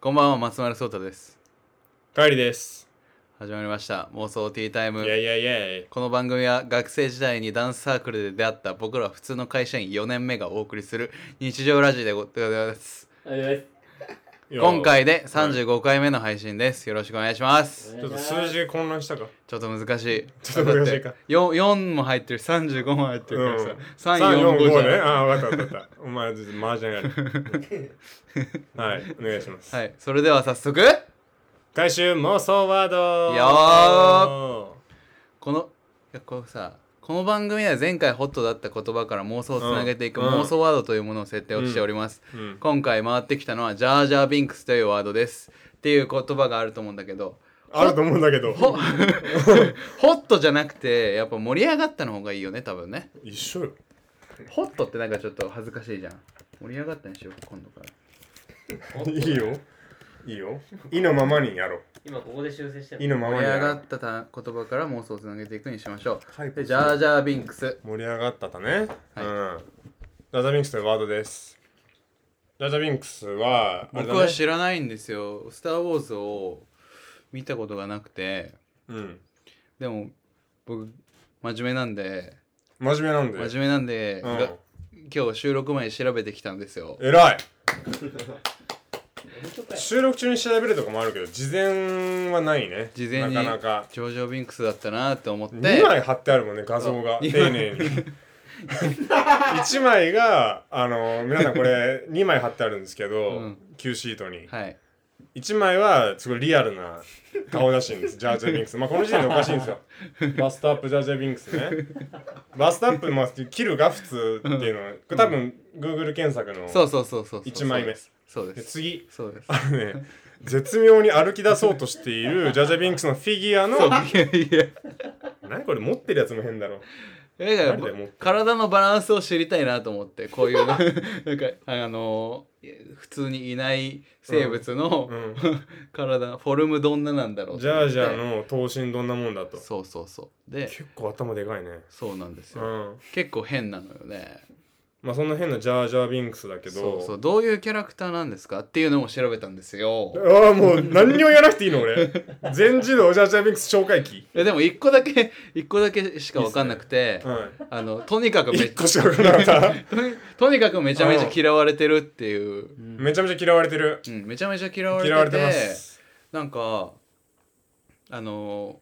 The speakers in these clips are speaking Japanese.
こんばんは松丸聡太です帰りです。始まりました妄想ティータイいムやいやいやいこの番組は学生時代にダンスサークルで出会った僕ら普通の会社員4年目がお送りする日常ラジオでございますや。今回で35回目の配信ですよろしくお願いしますちょっと数字が混乱したか。ちょっと難しいちょっと難しいかだって 4, 4も入ってる35も入ってるからさ、三四345じ五ゃん、ね。ああ、わかったわかった。お前、マージャンやる。 はい、お願いします。はいそれでは早速回収妄想ワードよこのいやこうさこの番組では前回ホットだった言葉から妄想をつなげていくうん妄想ワードというものを設定をしております、うん今回回ってきたのはジャージャービンクスというワードですっていう言葉があると思うんだけどあると思うんだけど。ほ ホットじゃなくてやっぱ盛り上がったの方がいいよね多分ね一緒よ。ホットってなんかちょっと恥ずかしいじゃん盛り上がったにしよう今度からいいよ。いいよ。意のままにやろう。今ここで修正して意るのま盛まりにや上がろっう。たた言葉から妄想をつなげていくにしましょはういでジャージャービンクス盛り上がったたね。はいうん。ジャージャービンクスというワードです。ジャージャービンクスは、あれだね僕は知らないんですよ「スター・ウォーズ」を見たことがなくてうん。でも僕真面目なんで真面目なんで。真面目なんで、うんが今日収録前に調べてきたんですよ偉い収録中に調べるとかもあるけど事前はないね事前になかなかジョージョー・ビンクスだったなって思って2枚貼ってあるもんね画像がそう丁寧に1枚があの皆さんこれ2枚貼ってあるんですけど、うん Q シートに、はい1枚はすごいリアルな顔写真ですジャージャ ービンクスまあこの時点でおかしいんですよバストアップジャージャービンクスねバストアップ、まあ、切るが普通っていうのはこれ多分 Google 検索のそうそうそうそうそう一枚目そうでです次そうですあのね、絶妙に歩き出そうとしているジャージャービンクスのフィギュアの、いやいや何これ持ってるやつも変だろ。だからなんでもう体のバランスを知りたいなと思ってこういう なんかあのー普通にいない生物の、うん体フォルムどんななんだろうジと思っャーてジャーの頭身どんなもんだと。そうそうそうで結構頭でかいね。そうなんですうよん。結構変なのよねまあそんな変なジャージャービンクスだけど。そうそうどういうキャラクターなんですかっていうのも調べたんですよああ、もう何にもやらなくていいの俺。全自動ジャージャービンクス紹介機。えでも一個だけ一個だけしか分かんなくてはあのとにかくい。め一個しか分からなかった。とにとにかくめちゃめちゃ嫌われてるっていう、めちゃめちゃ嫌われてる。うん、めちゃめちゃ嫌われてて嫌われてます。なんかあの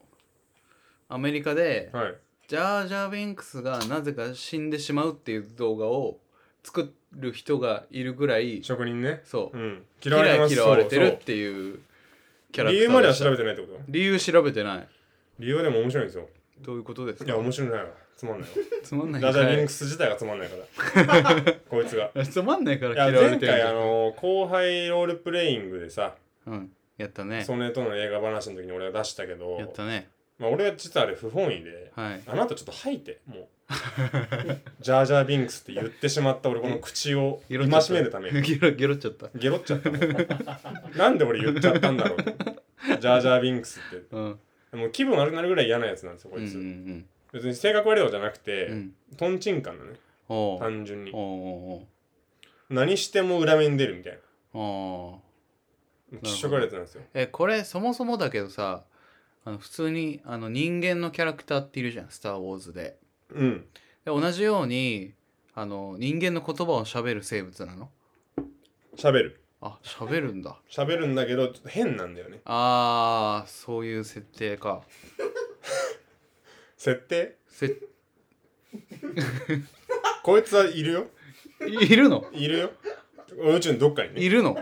アメリカではい。ジャージャー・ビンクスがなぜか死んでしまうっていう動画を作る人がいるぐらい職人ね。そう、うん。嫌われま嫌すわれてるそうっていうキャそうラクター理由まではした調べてないってこと理由調べてない理由はでも面白いんですよ。どういうことですいや、か面白いないわ。つまんないわ。つまんないダかジャリンらクス自体がつまんないから。 こいつが。つまんないかいやら嫌われ前てる回あの後輩ロールプレイングでさ、うんやったねそれとの映画話の時に俺が出したけどや、ったねまあ、俺は実はあれ不本意で、はいあなたちょっと吐いて、 もう。ジャージャービンクスって言ってしまった俺この口をゲ戒ロっちゃっためる ために。ゲロゲロっちゃったゲロっち ゃったもんなんで俺言っちゃったんだろうと。ジャージャービンクスっうんて。もう気分悪くなるぐらい嫌なやつなんですよ、こうんういつ。ん別に性格悪いとかじゃなくて、うんうんトンチンカンだね、おう単純に。おう何しても裏目に出るみたいな。おうおう喫食るやつなんですよ。えこれそもそもだけどさあの普通にあの人間のキャラクターっているじゃん「スター・ウォーズで」うん。で同じようにあの人間の言葉を喋る生物なの喋る。あ喋るんだ喋るんだけど、ちょっと変なんだよね。あーそういう設定か設定せこいつはいるよ。いるのいるよ。宇宙のどっかにね。いるの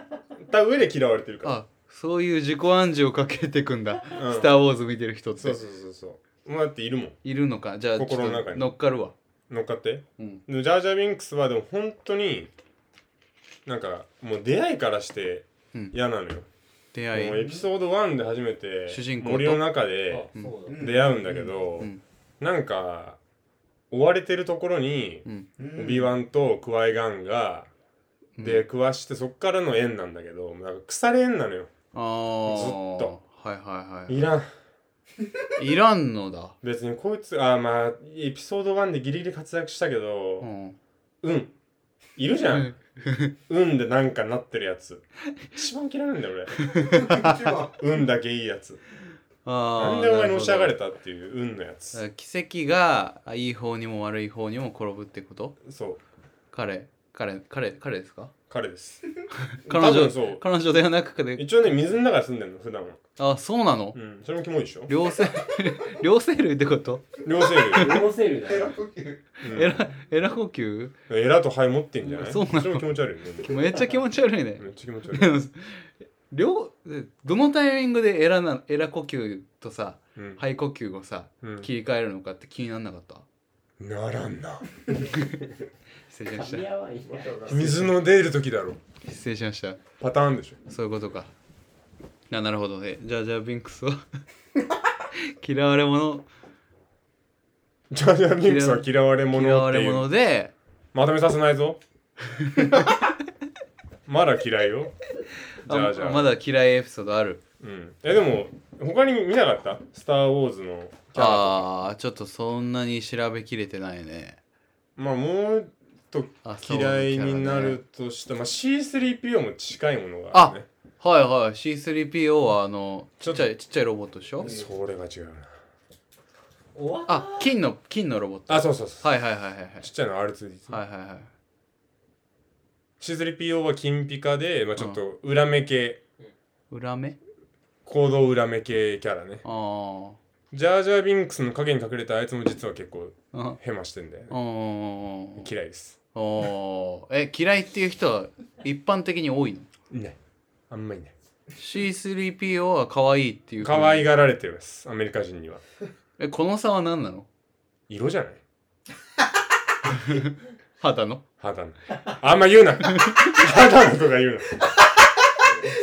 た上で嫌われてるから。あそういう自己暗示をかけてくんだ「うんスター・ウォーズ」見てる人ってそうそうそうそう。まあだっているもん。いるのかじゃあちょっ心の中とに乗っかるわ乗っかって。うんでもジャージャー・ビンクスはでも本当に、なんかもう出会いからしてうん嫌なのよ。出もうエ会いピソード1で初めて主人公と森の中であそうだね出会うんだけど、うんなんか追われてるところに、うんオビワンとクワイガンが出くわしてそっからの縁なんだけどなんか腐れ縁なのよああずっとはいはいいはらんいいらんのだ別にこいつあーまあエピソード1でギリギリ活躍したけうどんうんいるじゃん。運でなんかなってるやつ。一番嫌いなんだよ、 俺。運だけいいやつ。あーなんでお前のし上がれなるたっていう運のやつほ。ど奇跡がいい方にも悪い方にも転ぶってことそう。彼彼彼彼ですか彼です。彼多女分そう。彼女ではなくて一応ね、水の中に住んでるの、普段は。あそうなのうん。それもキモいでしょ両生 両生類ってこと 両生類。両生類だよ。うんエラエラ呼吸エラとハエ持ってんじゃないそうなのれも気持ち悪いよね。めっちゃ気持ち悪いねめっちゃ気持ちで悪い。も両どのタイミングでエラなエラ呼吸とさうん肺呼吸をさうん切り替えるのかって気になんなかったならんな。失礼しまし噛みた合わんや水の出る時だろ。失礼しましたパターンでしょ。そういうことかあなるほどねじゃあじゃあビンクスは嫌われ者ジャージャービンクスは嫌われ者嫌わってれいう。者でまとめさせな いぞ。まだ嫌いよ。じゃあじゃああ。まだ嫌いエピソードあるうん。え、でも、他に見なかったスター・ウォーズのキャラとか。ああーちょっとそんなに調べきれてないねまあ、もうちょっあとそう嫌いキャラねになるとしたら、まあ、C3PO も近いものがあるね。はいはい C3PO はあのちちょっっちとゃいちっちゃいロボットでしょそれが違うな。おわあ金の金のロボットあ、そうそうそう。はいはいはいはいはいちっちゃいの R2D2。はいはいはい C3PO は金ピカで、まあ、ちょっと裏目系、裏目行動裏目系キャラね。あジャージャー・ビンクスの影に隠れたあいつも実は結構あうんヘマしてんだよね。お嫌いです。おえ嫌いっていう人は一般的に多いのいない。あんまりいない。 C3PO は可愛いっていうふうに可愛がられてます、アメリカ人には。えこの差は何なの色じゃない肌の肌の。あんま 言うな肌のとか言うな。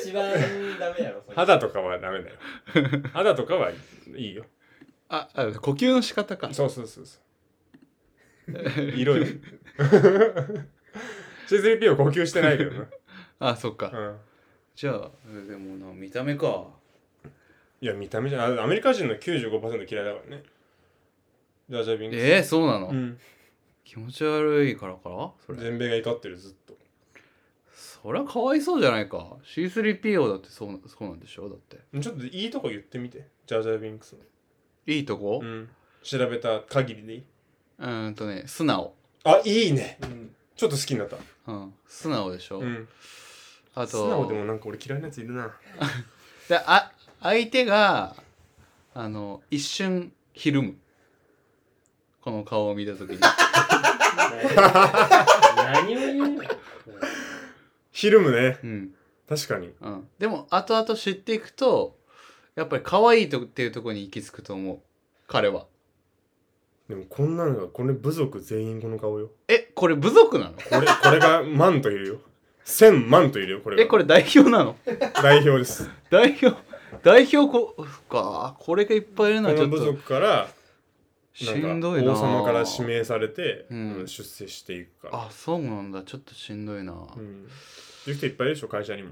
一番ダメやろ、それ。肌とかはダメだよ。肌とかはいいよ。ああ呼吸の仕方かそうそうそうそう。色 よ。C3P を呼吸してないけどな。あそっか、うんじゃあえでもな見た目かいや、見た目じゃあアメリカ人の95%嫌いだからね。ジャージャービンクス。えー、そうなの、うん。気持ち悪いからからそれ全米が怒ってる、ずっと。そりゃかわいそうじゃないか C3PO だってそうなそうなんでしょだってちょっといいとこ言ってみて。ジャージャービンクスの。いいとこう、ん。調べた限りでいい。うーんとね素直あ、いいね。うん。ちょっと好きになった。うん素直でしょ、うん。あと素直でもなんか俺嫌いなやついるな。であ相手があの一瞬ひるむこの顔を見た時 に何を言うのひるむね。うん、確かに。うん、でも後々知っていくとやっぱり可愛いとっていうところに行き着くと思う彼はでもこんなのが、これ部族全員この顔よ。えこれ部族なのこ れ、これが万といるよ。千万といるよ、これが。えこれ代表なの 代表です。代表代表こかこれがいっぱいいるこのはちょのっ部と族から、しなんんかどいな王様から指名されて、うんうん出世していくから。あそうなんだちょっとしんどいな、うん。いう人いっぱいいるでしょ、会社にも。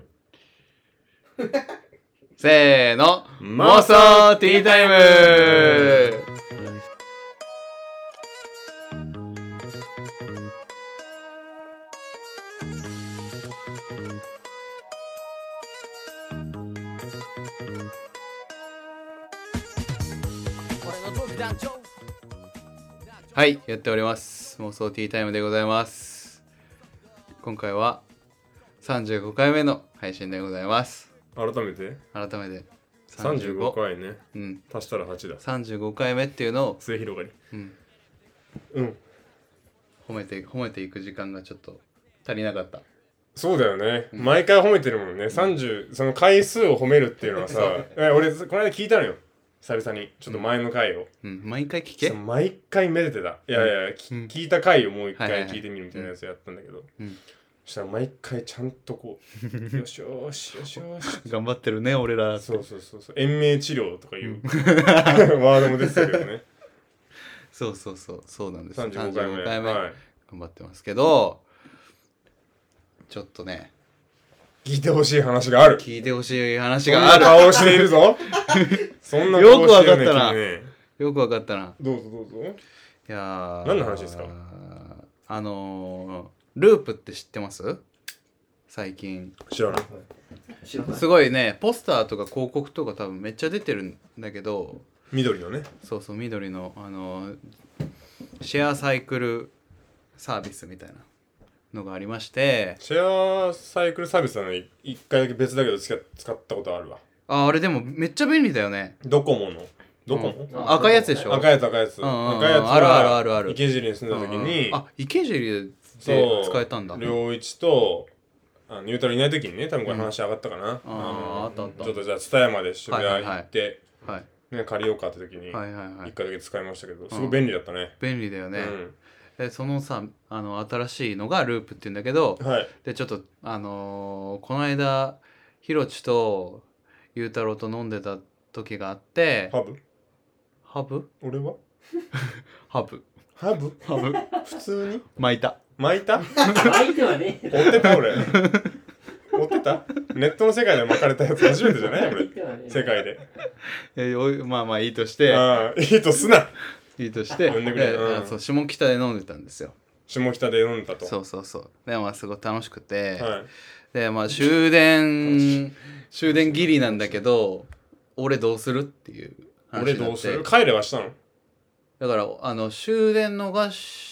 せーのま妄さ想ティータイムはいやっております妄想ティータイムでございます今回は35回目の配信でございます改めて、改めて35回ね。うん、足したら8だ。 35回目っていうのを、末広がり。うん、うん。褒めて褒めていく時間がちょっと足りなかったそうだよね、毎回褒めてるもんね30その回数を褒めるっていうのはさ え俺この間聞いたのよ久々にちょっと前の回を、うん毎回聞そのけ毎回めでてたいやいや、きうん聞いた回をもう一はいはい回はい聞いてみるみたいなやつやったんだけど、うんそしたら毎回ちゃんとこ うよしよしよしよし 頑張ってるね俺らそうそうそうそう延命治療とかいう ワードも出てたけどねそうそうそう そうなんです35回目35回目はい、頑張ってますけどちょっとね聞いてほしい話がある聞いてほしい話違うがある顔をしてい るぞそんな顔よくわしてかっるたねな君ねよくわかったなどうぞどうぞいやー何の話ですかあのループって知ってます最近知らない知らないすごいねポスターとか広告とか多分めっちゃ出てるんだけど緑のねそうそう緑のあのシェアサイクルサービスみたいなのがありましてシェアサイクルサービスなのに一回だけ別だけど使使ったことあるわああれでもめっちゃ便利だよねドコモのドコモ、うん赤いやつでしょ赤いやつ赤いやつ、うんうんうん赤いやつはあるあるあるある池尻に住んだ時に、あ池尻そでう使えたんだ良一とあのゆうたろういない時にね多分これ話上がったかな、あああったあったちょっとじゃあ蔦屋まで渋谷行って、はいね、借りようかって時に一はいはいはい回だけ使いましたけど、すごい便利だったね、便利だよね、うんでそのさあの新しいのがループって言うんだけどはいでちょっとあのーこの間ひろちとゆうたろうと飲んでた時があってハブハブ俺はハブハブハブ普通に巻いた巻いた相手はねえだろ追ってた俺追ってたネットの世界で巻かれたやつ初めてじゃない俺相手はねえだ世ろ界でえおいまあまあいいとしてああいいとすないいとして呼んでくれえうんあそう下北で飲んでたんですよ下北で飲んだとそうそうそうでまあすごい楽しくて、はい、でまあ終電終電ギリなんだけど俺どうするっていう話俺になってどうする帰れはしたのだからあの終電逃し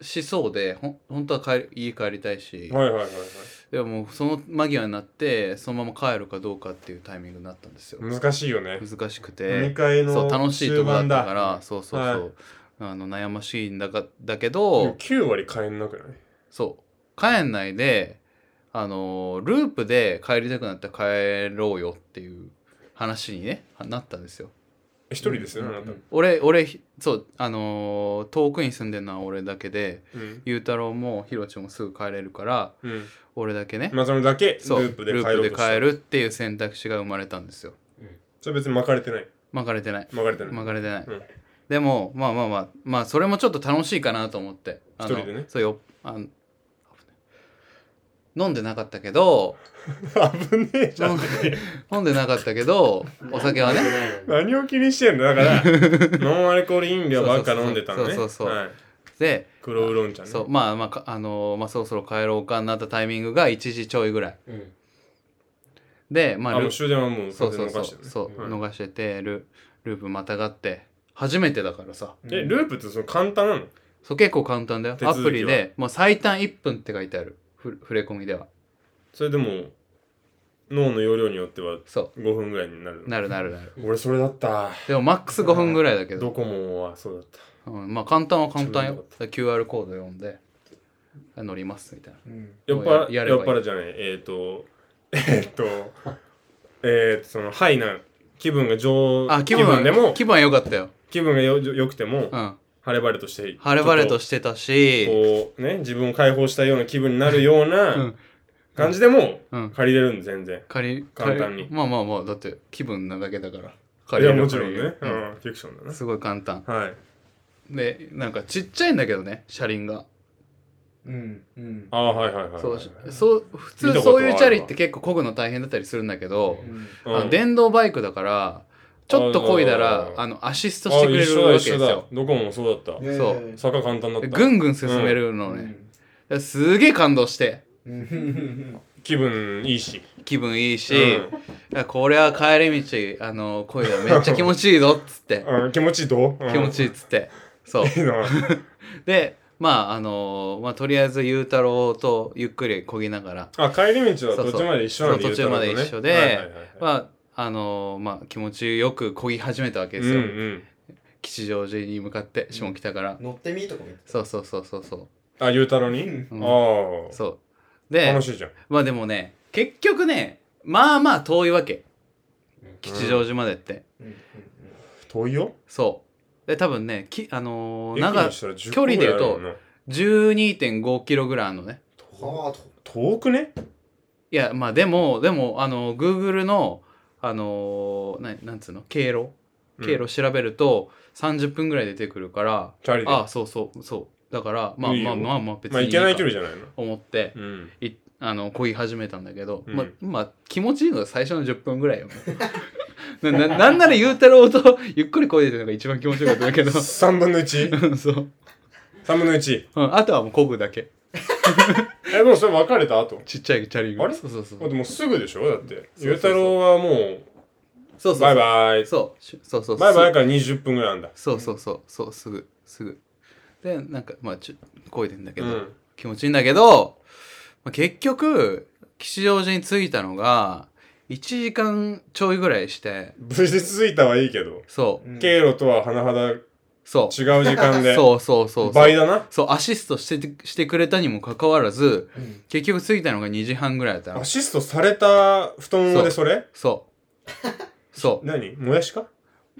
しそうでほん本当は帰り家帰りたいし、はいはいはいはいでももうその間際になってそのまま帰るかどうかっていうタイミングになったんですよ難しいよね難しく飲てみ会そのう楽しいとこだったから終そうそうそう、はいあの悩ましいんだがだけ盤だど9割帰んなくないそう帰んないであのループで帰りたくなったら帰ろうよっていう話にねなったんですよ一人ですよねあなた俺俺ひそうあのー遠くに住んでるのは俺だけでうんゆうたろうもひろちもすぐ帰れるからうん俺だけね、まあそのだけルそうープで帰ろうルーとプしたで帰るっていう選択肢が生まれたんですよそれ別に巻かれてない巻かれてない巻かれてない巻かれてない、うんでもまあまあまあまあそれもちょっと楽しいかなと思ってあの一人でねそうよあの飲んでなかったけど 危ねえじゃん飲んで なかったけどお酒はね何を気にしてん だだからノンアルコール飲料ばっか飲んでたのねそうそうそうそうはいで黒ウーロン茶ねそうまあまあかあのーまあそろそろ帰ろうかになったタイミングが1時ちょいぐらいうんでまああルもう終電はもうそう完全そにうそ逃うそう、逃してるねはいしててルループまたがって初めてだからさえループってその簡単なのそう結構簡単だよ手ア続きプはリでもう最短1分って書いてあるふ触れ込みではそれでも脳の容量によってはそ5分ぐらいになるうなるなるなる俺それだったでもマックス5分ぐらいだけドど、コモはそうだったうん、まあ簡単は簡単ちょよう QR コード読んであ乗りますみたいなうん酔っ払ややればいい酔っ払じゃないえっ、とえっ、と えっ、とそのハイな気分が上あ気分はでも気分は良かったよ、気分がよよくても、うん、晴れ晴れとして晴れ晴れとししてたしこうね自分を解放したような気分になるよううなん感じでも、うん借りれるんで全然、借り簡単に借りまあまあまあだって気分なだけだからい借やりるもちろんね、借うりるんフィクションだうんねすごい簡単はいでなんかちっちゃいんだけどね車輪がうんうんああはいはいはいそうはいそう普見通たことそはあうるわいうチャリって結構漕ぐの大変だったりするんだけど、うんあの電動バイクだからちょっと漕いだらあーあのアシストしてくれるわけですあ一緒だ一緒よだドコモもそうだっねえそうた坂簡単だっでたぐんぐん進めるのね、すげえ感動してうんうん気分いいし、気分いいし、うんあこれは帰り道あの漕いだらめっちゃ気持ちいいぞっつってうん、気持ちいいと、うん気持ちいいっつってそういいなでまああのまあとりあえずゆうたろうとゆっくり漕ぎながらあ帰り道そはうそう途中まで一緒なんでそう途中までゆうたろうと一緒ねではいはいはいはいまああのまあ気持ちよく漕ぎ始めたわけですうよ、んうん吉祥寺に向かって下北から、乗ってみとか言ってそうそうそうそうそうあゆうたろうに、うああそうで楽しいじゃんまあでもね結局ねまあまあ遠いわけ吉祥寺までって、うんうん遠いよそうで多分ねきあのー、駅長にしたら10距離で言うと個ぐらいある12.5キロぐらいあるのねもんなはあと遠くねいやまあでもでもあの Google のあのー、ななんつうの経路うん経路調べると30分ぐらい出てくるから、チャリであそうそうそうだからまあいいまあよまあまあ別まあに行けない距離じゃないとの思って、 うんいあの漕ぎ始めたんだけど、うんまあまあ気持ちいいのは最初の10分ぐらいよ なななんならゆうたろうとゆっくり漕いでるのが一番気持ちよかったんだけど 3分の 1?3 そう、分の1うん、あとはもう漕ぐだけえ、もうそれ別れた後。ちっちゃいチャリングあれそうそうそうあでもすぐでしょだって。そうそうそうゆうたろうはもそうそうう、バイバイ。そうしそうそうバイバイから20分ぐらいなんだ。そうそうそうそうすぐすぐでなんかまあちょこいでんだけうど、ん。気持ちいいんだけど、まあ、結局吉祥寺に着いたのが1時間ちょいぐらいして無事着いたはいいけど、そう経路とは甚だ違うそう時間で、そうそうそうそう倍だな。そうアシストしててしてくれたにもかかわらずうん結局着いたのが2時半ぐらいだったのアシストされた布団そでうそれそうそう何もやしか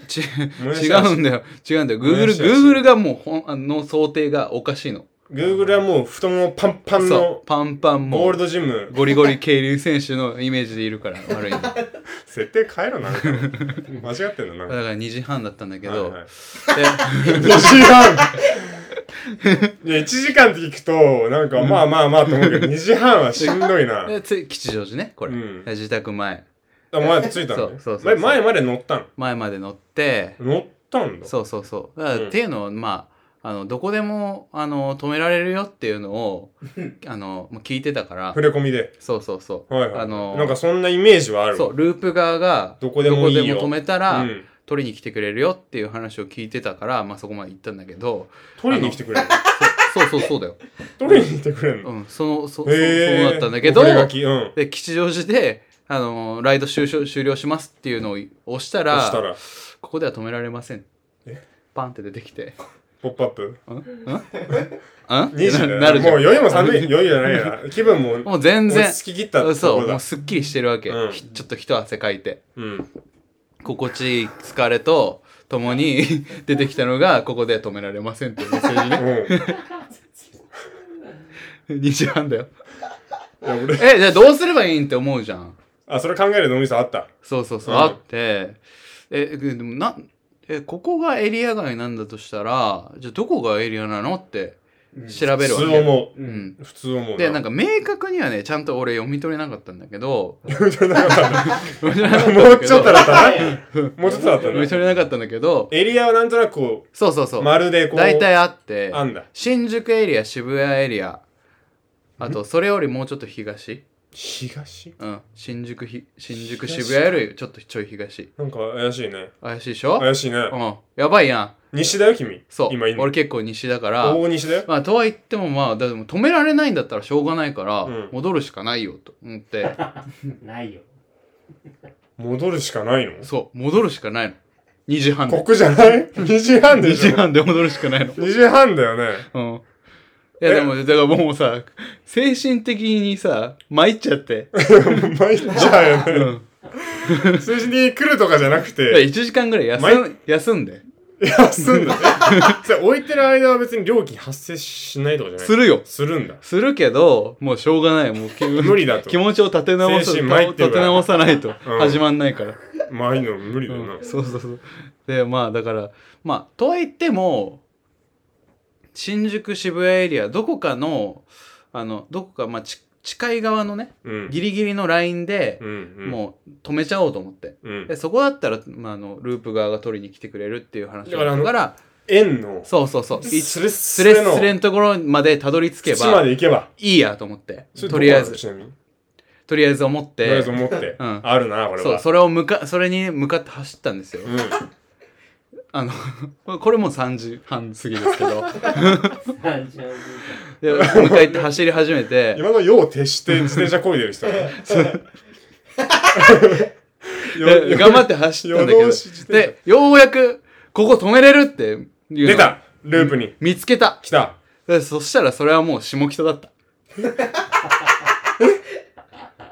ちもやし違うんだよ違うんだよもや Google, しやし Google がもうほんあの想定がおかしいの Google はもう布団をパンパンそのうパンパンゴーもルうドジム。ゴリゴリ渓流選手のイメージでいるから悪い のだか設定変えろ な。なんか間違ってんのなんか。ら2時半だったんだけど、はいはいで2時半いや1時間って聞くとなんかまあまあまあと思 うけど2時半はしんどいなでつい吉祥寺ねこれ、うんで自宅前お前着いたそのうねそうそうそう前前まで乗ったの前まで乗って乗ったんだそうそうそうだから、うんっていうのをまああのどこでもあの止められるよっていうのをあのもう聞いてたから触れ込みでそうそうそう、はいはい、あのなんかそんなイメージはあるそうループ側がどこでもいいよどこでも止めたら、うん、取りに来てくれるよっていう話を聞いてたから、まあ、そこまで行ったんだけど取りに来てくれるそうそうそうだ よ、取りに来てくれるの、うん、そのそそそうへえだったんだけど遅れ書きうんで吉祥寺で、あのライド終了終了しますっていうのを押したらそしたらここでは止められませんえパンって出てきてポップアップ んんん2時だよななるじゃんもう酔いも寒い酔いじゃないや 気分ももう全落然ち着き切ったとこそろうもだうすっきりしてるわけ、うんひちょっと一汗かいてうん心地いい疲れとともに 出てきたのがここで止められませんっていうメッセージうねん 2時半だよいや俺えじゃあどうすればいいんって思うじゃんあそれ考える脳みそあったそうそうそう、うんあってえでもなえここがエリア外なんだとしたらじゃあどこがエリアなのってうん調普べるわ通け、思ううんんう普通思うでなんかか明確にはねちゃんと俺読み取れなかったんだけど読み取れなかったんだ読み取れなかったんだけど もうちょっとだったなもうちょっとだった読みな取れなかったんだけどエリアはなんとなくこそうそうそうう丸でこう大体あってあんだ新宿エリア渋谷エリアあとそれよりもうちょっと東東うん新宿ひ新宿渋谷よりちょっとちょい東なんか怪しいね怪しいでしょ怪しいねうんやばいやん西だよ君そう今いいの俺結構西だから大西だよまあとは言ってもまあだってもう止められないんだったらしょうがないから、うん戻るしかないよと思って ないよ。戻るしかないのそう戻るしかないの2時半でここじゃない ?2 時半2でし時ょ半で戻るしかないの ?2 時半だよねうんいやえでもだからもうさ精神的にさ参っちゃって、参っちゃうう よねん、数字に来るとかじゃなくて1時間ぐらい休毎ん休んで休んだねそれ置いてる間は別に料金発生しないとかじゃないするよするんだするけどもうしょうがないもう気無理だと気持ちを立て直す精神参ってる立てから直さないとうん始まんないから、まあいいの無理だよなうんそうそうそうでまあだからまあとはいっても新宿渋谷エリアどこかのあのどこか、まあ、ち近い側のねうんギリギリのラインでうんうんもう止めちゃおうと思ってうんでそこだったら、まあ、あのループ側が取りに来てくれるっていう話だだからあかのら円のそうそうそういスレススレレのスレのところまでたどり着け口まばで行けばいいやと思ってそれとりあえずどこなのちなみにとりあえず思っとりあえてず思ってうんあるなこれそうはそれを向かそれに向かって走ったんですようんあの これもう3時半過ぎですけ ど三十分で向かって走り始めて今の世を徹して自転車漕いでる人 で頑張って走ったんだけ夜ど通し自転車でようやくここ止めれるっていうのを出たループに見つけた来たでそしたらそれはもう下北だった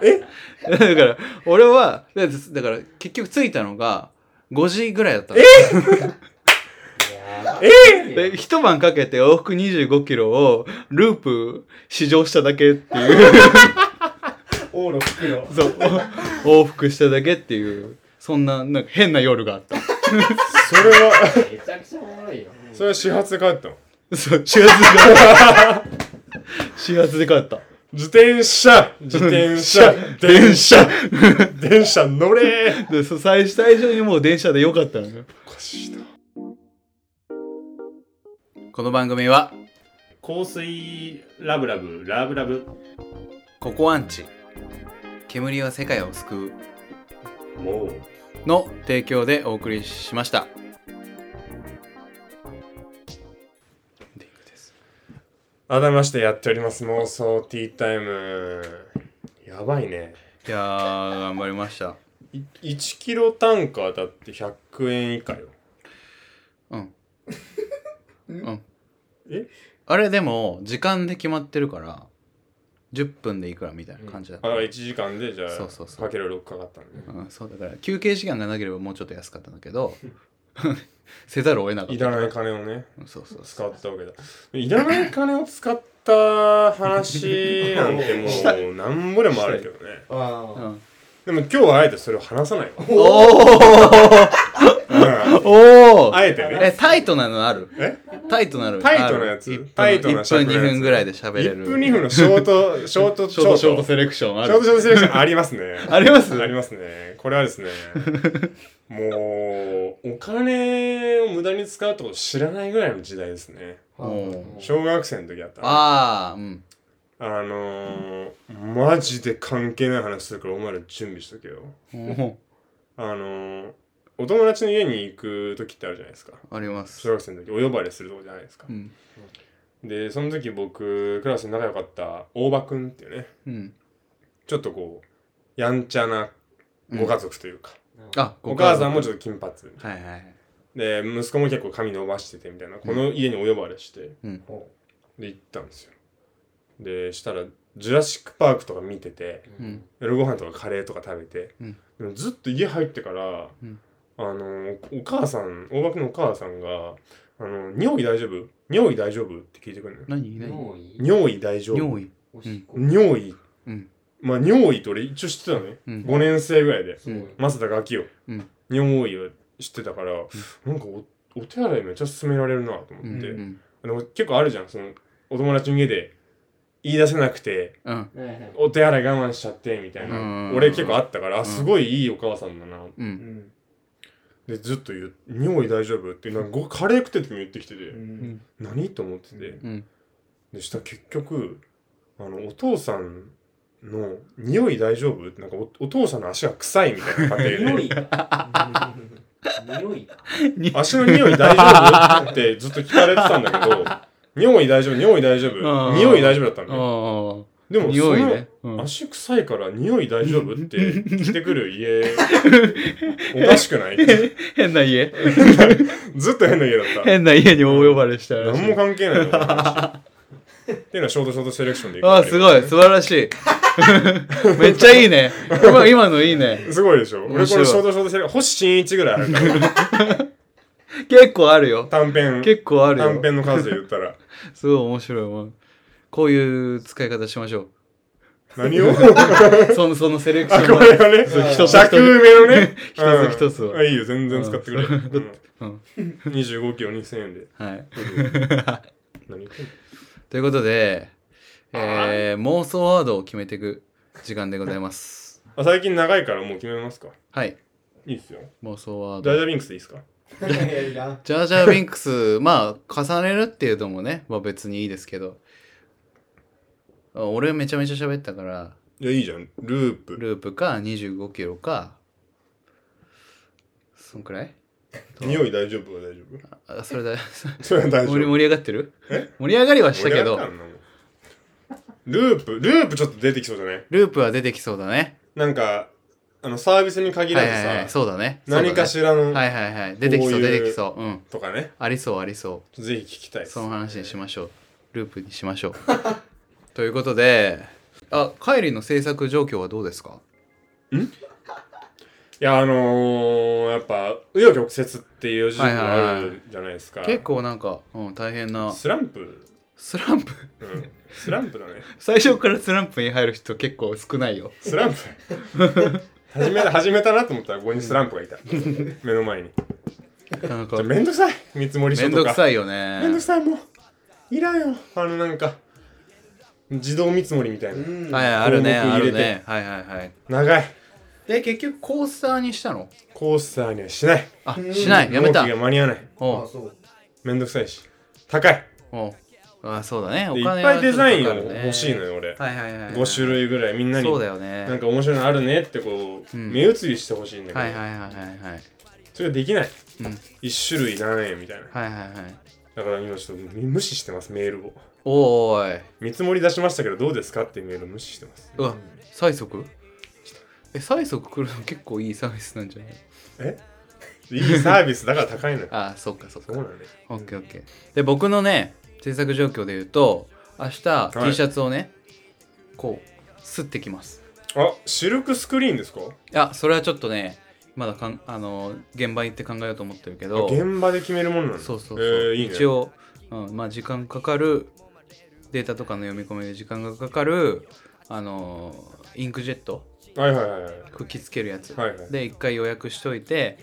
え だから俺はでだから結局着いたのが5時ぐらいだったのやえで一晩かけて往復2 5キロをループ試乗しただけっていうオーロ吹くよそうお往復しただけっていうそんななんか変な夜があったそれはばいめちゃくちゃおもろいよ。それは始発で帰ったのそう始発で帰った始発で帰った自転車自転車電電車車電車乗れーでそう最最初にもう電車でよかったのよおかしいなこの番組は香水ラブラブラブラブココアンチ煙は世界を救うもうの提供でお送りしました改めましてやっております妄想ティータイムやばいねいやー頑張りましたい1キロ単価だって100円以下ようんうんえあれでも時間で決まってるから10分でいくらみたいな感じだあだった、から1時間でじゃあそうそうそうかける6かかったんねうん、そうだから休憩時間がなければもうちょっと安かったんだけど せざるを得なかったいらない金をねうんそうそうそ使ったわけだいらない金を使った話なんてもう何ぼでもあるけどねう、うああ。ん、でも今日はあえてそれを話さないおわ、おおうんおあえてねえタイトなのあるえタイトなるタイトなやつタイトな1分2分ぐらいで喋れ1る分2分のショートショートショートシショョーートトセレクションあショーるトショートセレクションありますね。ありますありますね。これはですね、もう、お金を無駄に使うってこと知らないぐらいの時代ですね。お小学生の時だったあああうんあのー、マジで関係ない話するからお前ら準備しとけよ。おあのー、お友達の家に行く時ってあるじゃないですか。ーありま小す学生の時お呼ばれするとこじゃないですかう。んで、その時僕、クラスに仲良かった大場くんっていうね、うんちょっとこう、やんちゃなご家族というか、あお母さんももちょっと金髪みたいはいはいなで息子も結構髪伸ばしててみたいなこの家にお呼ばれして、うんで行ったんですよでしたら「ジュラシック・パーク」とか見ててうん夜ご飯とかカレーとか食べて、うんでもずっと家入ってから、うんあのおお母さん大爆のお母さんが「あの尿意大丈夫尿意大丈夫?」って聞いてくるのよ何何尿意尿意大丈夫尿意おしっこ尿意うんまあ尿意って俺一応知ってたのね、うん5年生ぐらいで、すごい松田ガキを、うん日本王位を知ってたから、なんかおお手洗いめっちゃ勧められるなと思って、うんうでんも結構あるじゃんそのお友達の家で言い出せなくてうんはいはいお手洗い我慢しちゃってみたいな、うん俺結構あったから、んあすごいいいお母さんだなううんん。でずっと言う「尿意大丈夫?」ってなんかごカレー食ってても言ってきてて、うん。何と思っててうんでしたら結局あのお父さんの「匂い大丈夫?」ってなんかおお父さんの足が臭いみたいな感じ で、匂いか匂いか足の 匂い大丈夫ってずっと聞かれてたんだけど、匂い大丈夫、匂い大丈う夫、ん匂い大丈夫だったんあだよ。あでも、匂いねそうのん足臭いから匂い大丈 夫って聞いてくる家、おかしく ない変な家ずっと変な家だっ変な家に大呼ばれしたた。らし何いも関係な いのこの話っていうのはショートショートセレクションでいくああすごい素晴らしいめっちゃいい ね今今のいいねすごいでしょ俺面こ白いれショートショートセレクション、星新一ぐらいあ るから、結構あるよ短編、結構ある短よ編の数で言った ら。すごい面白いもんこういう使い方しましょ何をうそのそのセレクシあ、ョンこのれはね、一つ、尺埋めのね 一つ一つをうんあいいよ、全然使ってくれ。うんうんうん25キロ2000円で。 はい何言ってんのということで、えー、妄想ワードを決めていく時間でございますあ最近長いからもう決めますかはいいいっすよ。妄想ワージャードジャービンクスでいいっすかいやいやいらん。ジャージャー・ビンクス まあ重ねるっていうのもね、まあ、別にいいですけどあ俺めちゃめちゃ喋ったからいや、いいじゃん。ループ。ループか25キロかそんくらい匂い大丈夫は大丈あそれだ夫それは 大 丈盛り夫。盛り上がってる盛り上がりはしたけど盛り上がったんだもんループ、ループちょっと出てきそうじゃないループは出てきそうだねなんか、あの、サービスに限はらいはいはいずさ、そうだね何からしらの、はいはいはい出てきそうこういう出てきそううんとかね、ありそうありそぜひ聞きたいうですそ。の話にしましょうループにしましょ うということであカイリーの制作状況はどうですかいや、あのー、やっぱ、紆余曲折っていう時期もあるじゃないですか。結構なんか、うん、大変なスランプ、スランプ うん、スランプだね。最初からスランプに入る人結構少ないよスランプ 始めた始めたなと思ったらここにスランプがい た目の前にじなんゃかあめんどくさい見積もり書めとんかどくさいいよねめんどくさいもういらんよあのなんか自動見積もりみたいな、はいはいあるね項目あ入れるてねはいはいはい長いで結局コースターにしたのコースターにはしないあしないやめた納期が間に合わないおあうそう。めんどくさいし高いおうあそうだねおでいっ金ぱいデザインはちょっとかかるね欲しいのよは俺いはいはい、はい、 5種類ぐらいみんなにそうだよねなんか面白いのあるねってこう、うん目移りしてほしいんだけど、はいはいはいはいはいそれができない、うん1種類何円みたいなはいはいはいだから今ちょっと無視してますメールをおーい見積もり出しましたけどどうですかっていうメールを無視してますうわ催促え催促来るの結構いいサービスなんじゃないいいサービスだから高いのよあそうかそうそうかなんだよオッケーオッケーで僕のね制作状況で言うと明日 T シャツをね、こうすってきますあシルクスクリーンですかいやそれはちょっとねまだかんあの現場行って考えようと思ってるけど現場で決めるもんなんだそうそうそう、えー、いいね一応、うん、まあ時間かかるデータとかの読み込みで時間がかかるあのインクジェットはいはいはいはい吹きつけるやつ、はいはいで一回予約しといて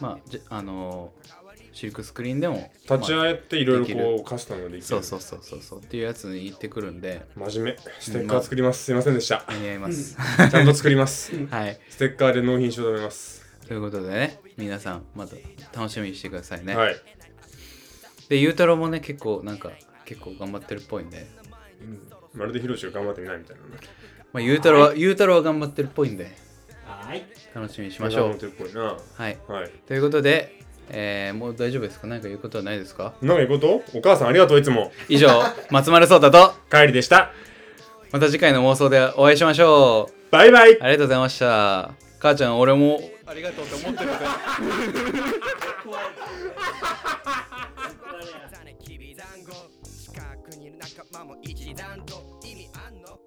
まあじあのシルクスクリーンでも立ちまあ会えていろいろできこうカスタムできるそうそうそうそうそうっていうやつに行ってくるんで真面目ステッカー作りますすいませんでした間に合います、ちゃんと作ります はいステッカーで納品しようと思いますということでね皆さんまた楽しみにしてくださいね、はいでゆうたろうもね結構なんか結構頑張ってるっぽいんで、まるでヒロシが頑張ってみないみたいなねまあ、ゆうたろうはゆうたろうは頑張ってるっぽいんではい。楽しみにしましょ頑張っうてるっぽいなはいはいということで、えーもう大丈夫ですか何か言うことはないですかなんかいうことお母さんありがとういつも以上 松丸聡太と帰りでしたまた次回の妄想でお会いしましょうバイバイありがとうございました母ちゃん俺もきびだんご近くにいる仲間も一時団と意味あんの